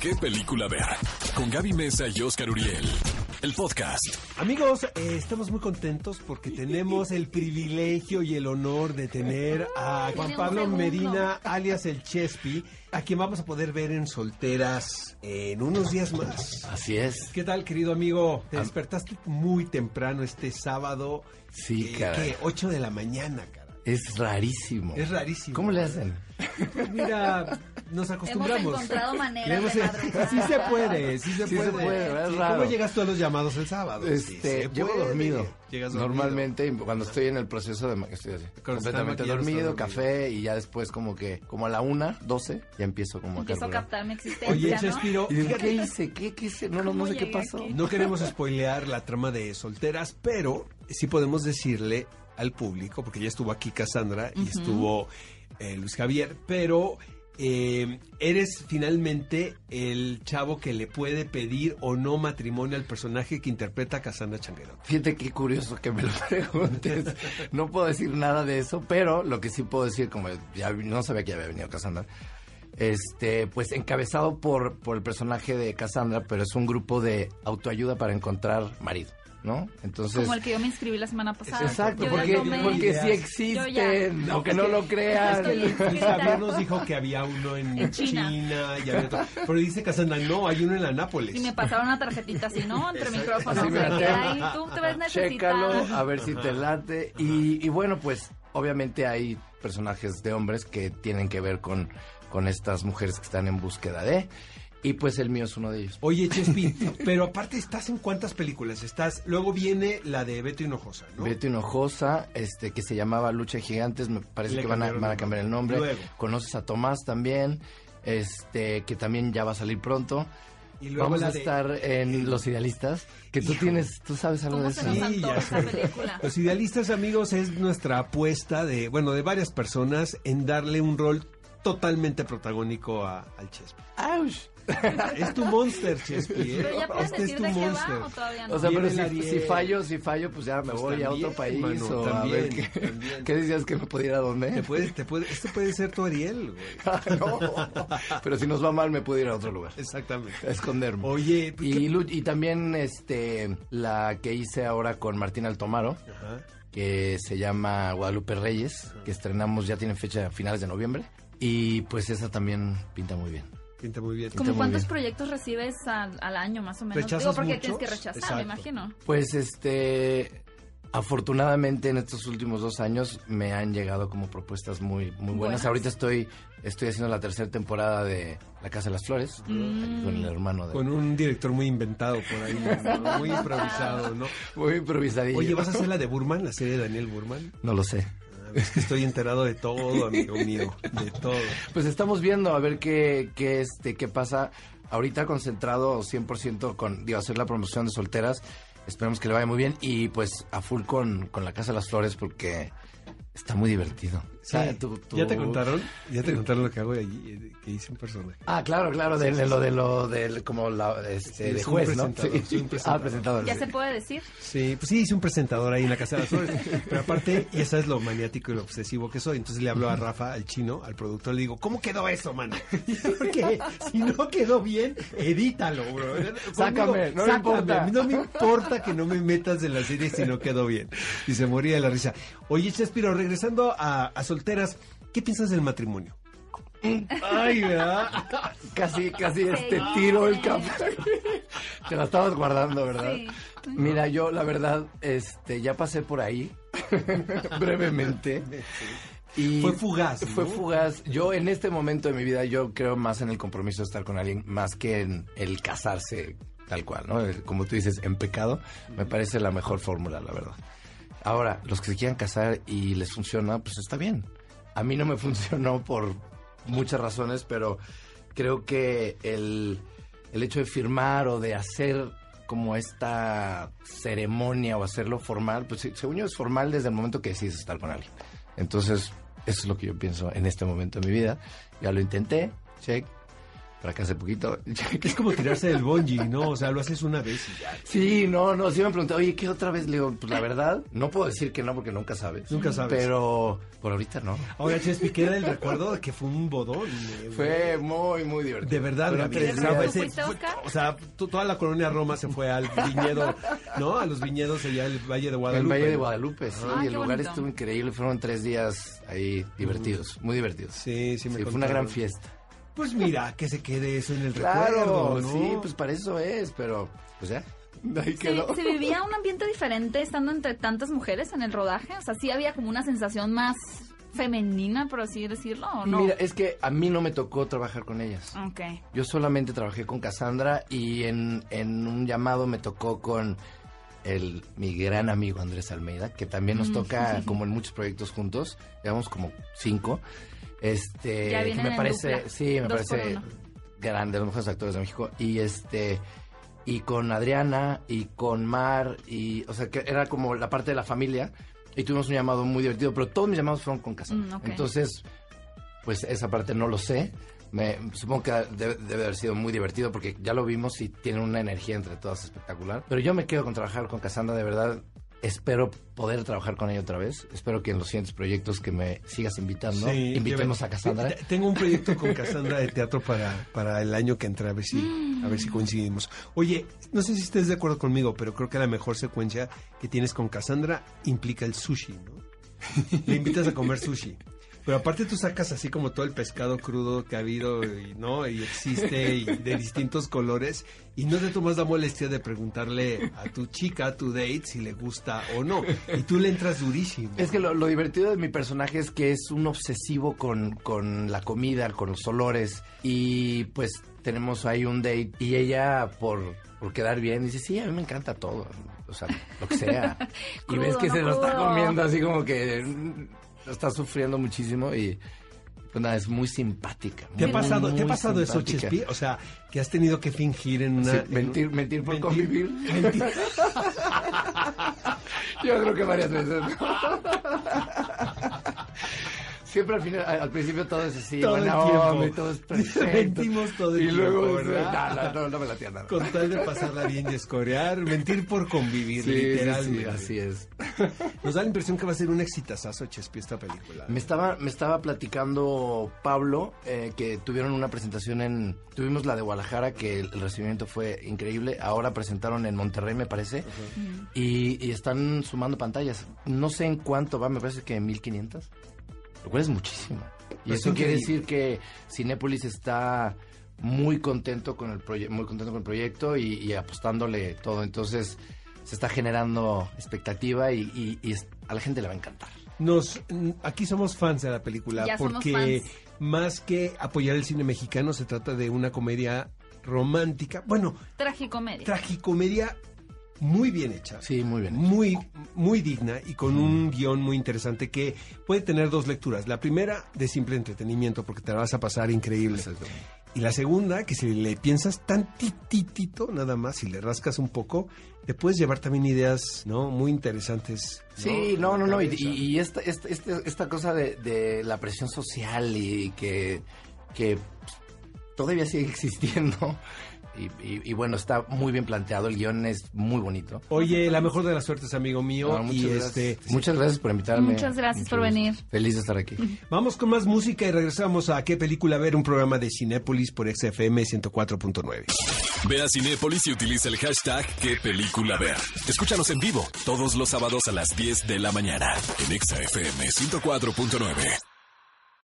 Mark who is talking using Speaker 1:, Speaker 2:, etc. Speaker 1: qué película ver. Con Gaby Mesa y Oscar Uriel. El podcast.
Speaker 2: Amigos, eh, estamos muy contentos porque tenemos el privilegio y el honor de tener a Juan
Speaker 3: Tenemos
Speaker 2: Pablo
Speaker 3: segundo.
Speaker 2: Medina, alias el Chespi, a quien vamos a poder ver en Solteras en unos días más.
Speaker 4: Así es.
Speaker 2: ¿Qué tal, querido amigo? Te despertaste muy temprano este sábado.
Speaker 4: Sí,
Speaker 2: eh,
Speaker 4: caray.
Speaker 2: ¿qué? 8 de la mañana, cara.
Speaker 4: Es rarísimo.
Speaker 2: Es rarísimo.
Speaker 4: ¿Cómo le hacen?
Speaker 2: Pues Mira, nos acostumbramos.
Speaker 3: Hemos encontrado maneras
Speaker 2: Hemos-
Speaker 3: de madrugar.
Speaker 2: Sí se puede, sí se
Speaker 4: Sí
Speaker 2: puede.
Speaker 4: se puede, ¿verdad? Es
Speaker 2: ¿Cómo
Speaker 4: raro.
Speaker 2: llegas tú a los llamados el sábado? Sí
Speaker 4: Este,
Speaker 2: se
Speaker 4: llevo
Speaker 2: puede.
Speaker 4: dormido.
Speaker 2: Llegas dormido.
Speaker 4: Normalmente cuando estoy en el proceso de ma- estoy
Speaker 2: Cuando
Speaker 4: así,
Speaker 2: está
Speaker 4: completamente
Speaker 2: maquillando,
Speaker 4: dormido,
Speaker 2: está dormido.
Speaker 4: café y ya después como que como a la una, doce, ya empiezo como a
Speaker 3: Empiezo a
Speaker 4: carburar.
Speaker 3: captar mi existencia,
Speaker 2: Oye,
Speaker 3: ¿no?
Speaker 2: Chespiro,
Speaker 4: Y digo,
Speaker 2: fíjate,
Speaker 4: ¿qué hice? ¿Qué, qué hice? No, no, no
Speaker 3: ¿Cómo
Speaker 4: sé qué
Speaker 3: llegué
Speaker 4: pasó.
Speaker 3: aquí?
Speaker 2: no queremos spoilear la trama de solteras, pero sí podemos decirle al público, porque ya estuvo aquí Cassandra y
Speaker 3: Ujú.
Speaker 2: estuvo eh, Luis Javier, pero eh, eres finalmente el chavo que le puede pedir o no matrimonio al personaje que interpreta a Cassandra Changuero.
Speaker 4: Fíjate qué curioso que me lo preguntes. No puedo decir nada de eso, pero lo que sí puedo decir, como ya vi- no sabía que había venido Cassandra, este, pues encabezado por, por el personaje de Cassandra, pero es un grupo de autoayuda para encontrar marido, ¿no? Entonces.
Speaker 3: Como el que yo me inscribí la semana pasada.
Speaker 4: Exacto,
Speaker 3: Yo ya
Speaker 4: porque,
Speaker 3: tomé-
Speaker 4: porque
Speaker 2: Ideas.
Speaker 4: sí
Speaker 3: Yo ya-
Speaker 4: existen, aunque no lo crean.
Speaker 3: estoy inscrita.
Speaker 2: Luis Javier nos dijo que había uno en,
Speaker 3: En
Speaker 2: China.
Speaker 3: China.
Speaker 2: y había otro. Pero dice Cassandra, no, hay uno en Anápolis.
Speaker 3: Y me pasaron una tarjetita así, ¿no? Entre micrófonos.
Speaker 4: Así, mira,
Speaker 3: o sea,
Speaker 4: te-
Speaker 3: ahí tú te ves
Speaker 4: Chécalo,
Speaker 3: necesitada.
Speaker 4: a ver si te late. Y, y bueno, pues obviamente hay personajes de hombres que tienen que ver con, con estas mujeres que están en búsqueda de. Y pues el mío es uno de ellos.
Speaker 2: Oye, Chespi, pero aparte estás en cuántas películas estás. Luego viene la de Beto Hinojosa, ¿no?
Speaker 4: Beto Hinojosa, este, que se llamaba Lucha de Gigantes, me parece
Speaker 2: Le
Speaker 4: que van a,
Speaker 2: cambiaron
Speaker 4: van a
Speaker 2: el
Speaker 4: cambiar el
Speaker 2: nombre.
Speaker 4: nombre.
Speaker 2: Luego.
Speaker 4: Conoces a Tomás también, este, que también ya va a salir pronto.
Speaker 2: Y
Speaker 4: Vamos
Speaker 2: la
Speaker 4: a
Speaker 2: de-
Speaker 4: estar en Los Idealistas, que tú
Speaker 2: Híjole.
Speaker 4: tienes, tú sabes algo de
Speaker 3: ¿Cómo
Speaker 4: eso.
Speaker 3: se nos
Speaker 2: Sí, ya
Speaker 3: antoja esa
Speaker 2: sé.
Speaker 3: película?
Speaker 4: Pues
Speaker 2: Los idealistas, amigos, es nuestra apuesta de, bueno, de varias personas en darle un rol totalmente protagónico a- al Chespi.
Speaker 4: ¡Auch!
Speaker 2: Es tu monster, Chespi. ¿eh?
Speaker 3: Pero ya puedes
Speaker 2: Este es
Speaker 3: decir
Speaker 2: tu
Speaker 3: de qué
Speaker 2: monster.
Speaker 3: va o todavía Ah, no.
Speaker 4: O sea,
Speaker 2: Viene
Speaker 4: pero
Speaker 2: la
Speaker 4: si,
Speaker 2: diez.
Speaker 4: si fallo, si fallo, pues ya me
Speaker 2: Pues
Speaker 4: voy a otro
Speaker 2: también,
Speaker 4: país
Speaker 2: mano,
Speaker 4: o a ver
Speaker 2: también,
Speaker 4: qué,
Speaker 2: también.
Speaker 4: qué decías que me pudiera
Speaker 2: Te
Speaker 4: dónde. Ah,
Speaker 2: puedes, te puede, este puede ser tu Ariel, güey.
Speaker 4: no, pero si nos va mal me puedo ir a otro lugar, a
Speaker 2: Exactamente.
Speaker 4: esconderme.
Speaker 2: Oye, pues,
Speaker 4: Y,
Speaker 2: ¿qué-
Speaker 4: Lu- y también este la que hice ahora con Martín Altomaro,
Speaker 2: Ajá.
Speaker 4: que se llama Guadalupe Reyes, que estrenamos ya tiene fecha a finales de noviembre. Y pues esa también pinta muy bien.
Speaker 2: Pinta muy bien.
Speaker 3: ¿Como
Speaker 4: muy
Speaker 3: cuántos
Speaker 4: bien.
Speaker 3: proyectos recibes al, al año, más o menos?
Speaker 2: ¿Rechazas
Speaker 3: Digo, porque
Speaker 2: muchos?
Speaker 3: tienes que rechazar,
Speaker 2: Exacto.
Speaker 3: me imagino.
Speaker 4: Pues este, afortunadamente en estos últimos dos años me han llegado como propuestas muy, muy buenas.
Speaker 3: Buenas.
Speaker 4: Ahorita estoy, estoy haciendo la tercera temporada de La Casa de las Flores aquí con el
Speaker 3: Mm.
Speaker 4: hermano de...
Speaker 2: Con un director muy inventado por ahí, ¿no? muy improvisado, ¿no?
Speaker 4: Muy improvisadillo.
Speaker 2: Oye, ¿vas a hacer la de Burman, la serie de Daniel Burman?
Speaker 4: No lo sé.
Speaker 2: Ah, Es que estoy enterado de todo, amigo mío, de todo.
Speaker 4: Pues estamos viendo a ver qué, qué, este, qué pasa. Ahorita concentrado 100% con, digo, hacer la promoción de solteras. Esperemos que le vaya muy bien y pues a full con, con La Casa de las Flores porque está muy divertido. O sea, tú- tú-
Speaker 2: ¿Ya te contaron? ¿Ya te contaron lo que hago allí? eh, Que hice un personaje.
Speaker 4: Ah, claro, claro, de, de lo de lo del como la
Speaker 2: Sí,
Speaker 4: este, de
Speaker 2: es un
Speaker 4: juez, ¿no?
Speaker 2: presentador, es un presentador.
Speaker 4: Ah, presentador.
Speaker 3: ¿Ya
Speaker 4: sí.
Speaker 3: se puede decir?
Speaker 2: Sí, pues sí, hice un presentador ahí en la Casa de las Flores. Pero aparte, ya sabes lo maniático y lo obsesivo que soy. Entonces le hablo a Rafa, al chino, al productor, le digo, ¿cómo quedó eso, mano? Porque si no quedó bien, edítalo, bro.
Speaker 4: Sácame, no me importa.
Speaker 2: a mí No me importa que no me metas en la serie si no quedó bien. Y se moría de la risa. Oye, Chespiro, regresando a, a solteras, ¿qué piensas del matrimonio? Ay, ¿verdad?
Speaker 4: Casi, casi
Speaker 3: Sí.
Speaker 4: este tiro el campo. Te la estabas guardando, ¿verdad?
Speaker 3: Sí.
Speaker 4: Mira, yo la verdad, este, ya pasé por ahí brevemente. Y
Speaker 2: Fue fugaz, ¿no?
Speaker 4: Fue fugaz. Yo en este momento de mi vida, yo creo más en el compromiso de estar con alguien, más que en el casarse tal cual, ¿no? El- Como tú dices, en pecado, me parece la mejor fórmula, la verdad. Ahora, los que se quieran casar y les funciona, pues está bien. A mí no me funcionó por muchas razones, pero creo que el, el hecho de firmar o de hacer como esta ceremonia o hacerlo formal, pues se- según yo es formal desde el momento que decides estar con alguien. Entonces, eso es lo que yo pienso en este momento de mi vida. Ya lo intenté, check. fracasé poquito.
Speaker 2: Es como tirarse del bungee, ¿no? O sea, lo haces una vez y ya.
Speaker 4: Sí, no, no, sí me pregunté, oye, ¿qué otra vez? Le digo, pues la verdad, no puedo decir que no porque nunca sabes.
Speaker 2: Nunca sabes.
Speaker 4: Pero por ahorita no.
Speaker 2: Ahora, Chespi, queda el recuerdo de que fue un bodón. eh, güey.
Speaker 4: Fue muy, muy divertido.
Speaker 2: De verdad,
Speaker 4: Fueron
Speaker 2: Gaby,
Speaker 4: tres
Speaker 2: o sea,
Speaker 4: días.
Speaker 2: ese-
Speaker 3: fuiste,
Speaker 2: fue-
Speaker 3: Oscar?
Speaker 2: O sea, to- toda la colonia Roma se fue al viñedo, ¿no? A los viñedos allá el Valle de
Speaker 4: El
Speaker 2: Guadalupe.
Speaker 4: Valle de Guadalupe, sí.
Speaker 3: Ah,
Speaker 4: y el
Speaker 3: qué
Speaker 4: lugar
Speaker 3: bonito.
Speaker 4: estuvo increíble. Fueron tres días ahí divertidos, muy divertidos.
Speaker 2: Mm. Sí, sí me
Speaker 4: fue una
Speaker 2: contaron.
Speaker 4: gran fiesta.
Speaker 2: Pues mira, que se quede eso en el
Speaker 4: Claro,
Speaker 2: recuerdo, ¿no?
Speaker 4: sí, pues para eso es, pero pues ya. Ahí
Speaker 3: ¿Se,
Speaker 4: quedó.
Speaker 3: se vivía un ambiente diferente estando entre tantas mujeres en el rodaje? O sea, sí había como una sensación más femenina, por así decirlo, ¿o no?
Speaker 4: Mira, es que a mí no me tocó trabajar con ellas.
Speaker 3: Ok.
Speaker 4: Yo solamente trabajé con Cassandra y en, en un llamado me tocó con el, mi gran amigo Andrés Almeida, que también
Speaker 3: Mm.
Speaker 4: nos toca como en muchos proyectos juntos, llevamos como cinco. Este,
Speaker 3: Ya vienen
Speaker 4: que me
Speaker 3: en
Speaker 4: parece,
Speaker 3: dupla,
Speaker 4: sí, me
Speaker 3: dos por
Speaker 4: parece
Speaker 3: uno.
Speaker 4: grande, de los mejores actores de México. Y este, y con Adriana y con Mar, y, o sea, que era como la parte de la familia. Y tuvimos un llamado muy divertido, pero todos mis llamados fueron con Cassandra.
Speaker 3: Mm, ok.
Speaker 4: Entonces, pues esa parte no lo sé. Me, supongo que debe, debe haber sido muy divertido porque ya lo vimos y tiene una energía entre todas espectacular. Pero yo me quedo con trabajar con Cassandra, de verdad. Espero poder trabajar con ella otra vez. Espero que en los siguientes proyectos que me sigas invitando,
Speaker 2: Sí,
Speaker 4: invitemos
Speaker 2: lleva-
Speaker 4: a Cassandra.
Speaker 2: T- Tengo un proyecto con Cassandra de teatro para, para el año que entra, a ver si, a ver si coincidimos. Oye, no sé si estés de acuerdo conmigo, pero creo que la mejor secuencia que tienes con Cassandra implica el sushi, ¿no? Le invitas a comer sushi. Pero aparte tú sacas así como todo el pescado crudo que ha habido y no y existe y de distintos colores y no te tomas la molestia de preguntarle a tu chica, a tu date si le gusta o no y tú le entras durísimo.
Speaker 4: Es que lo, lo divertido de mi personaje es que es un obsesivo con, con la comida, con los olores. Y pues tenemos ahí un date. Y ella, por, por quedar bien, dice: Sí, a mí me encanta todo. O sea, lo que sea. y
Speaker 3: Crudo,
Speaker 4: ves que
Speaker 3: no
Speaker 4: se lo está
Speaker 3: crudo.
Speaker 4: comiendo así como que mm, lo está sufriendo muchísimo. Y pues nada, es muy simpática.
Speaker 2: ¿Te ha
Speaker 4: muy,
Speaker 2: pasado, ¿te ha
Speaker 4: muy
Speaker 2: pasado eso,
Speaker 4: simpática.
Speaker 2: Chespi? O sea, que has tenido que fingir en
Speaker 4: Sí,
Speaker 2: una... en
Speaker 4: mentir,
Speaker 2: un-
Speaker 4: mentir por
Speaker 2: mentir.
Speaker 4: convivir. Yo creo que varias veces. Siempre al, final, al principio todo es así,
Speaker 2: Todo el
Speaker 4: buena
Speaker 2: tiempo.
Speaker 4: onda y todo es perfecto.
Speaker 2: Mentimos todo el
Speaker 4: y luego
Speaker 2: tiempo,
Speaker 4: es-
Speaker 2: ¿verdad?
Speaker 4: no, no, no, no me la tierra.
Speaker 2: Con tal de pasarla bien y escorear, mentir por convivir,
Speaker 4: literalmente.
Speaker 2: literalmente.
Speaker 4: así es.
Speaker 2: Nos da la impresión que va a ser un exitazazo, Chespi, esta película.
Speaker 4: Me estaba, me estaba platicando Pablo eh, que tuvieron una presentación en. Tuvimos la de Guadalajara, que el, el recibimiento fue increíble. Ahora presentaron en Monterrey, me parece. y, y están sumando pantallas. No sé en cuánto va, me parece que en 1500. Lo cual es muchísimo. Y
Speaker 2: Es
Speaker 4: eso quiere
Speaker 2: increíble.
Speaker 4: decir Pues que Cinépolis está muy contento con el proyecto, muy contento con el proyecto y, y apostándole todo. Entonces se está generando expectativa y, y- y es- a la gente le va a encantar.
Speaker 2: Nos, mm, aquí somos fans de la película
Speaker 3: Ya somos
Speaker 2: porque
Speaker 3: fans.
Speaker 2: más que apoyar el cine mexicano, se trata de una comedia romántica, bueno,
Speaker 3: Tragicomedia.
Speaker 2: tragicomedia muy bien hecha.
Speaker 4: Sí, muy bien.
Speaker 2: muy, muy digna y con
Speaker 4: Mm.
Speaker 2: un guión muy interesante que puede tener dos lecturas. La primera de simple entretenimiento porque te la vas a pasar increíble. Y la segunda, que si le piensas tantititito nada más, si le rascas un poco, te puedes llevar también ideas no muy interesantes. ¿no?
Speaker 4: Sí, no,
Speaker 2: en la
Speaker 4: no, no. Y,
Speaker 2: cabeza.
Speaker 4: y- y esta, esta, esta- esta cosa de, de la presión social y que, que pues, todavía sigue existiendo. Y, y- y bueno, está muy bien planteado. El guión es muy bonito.
Speaker 2: Oye, la mejor de las suertes, amigo mío.
Speaker 4: No, Ah, muchas,
Speaker 2: y
Speaker 4: gracias.
Speaker 2: este,
Speaker 4: muchas gracias por invitarme.
Speaker 3: Muchas gracias
Speaker 4: Mucho
Speaker 3: por
Speaker 4: gusto.
Speaker 3: venir.
Speaker 4: Feliz de estar aquí.
Speaker 2: vamos con más música y regresamos a qué película ver un programa de Cinépolis por XFM 104.9.
Speaker 1: Ve a Cinépolis y utiliza el hashtag qué película ver. Escúchanos en vivo todos los sábados a las 10 de la mañana en Exa FM 104.9.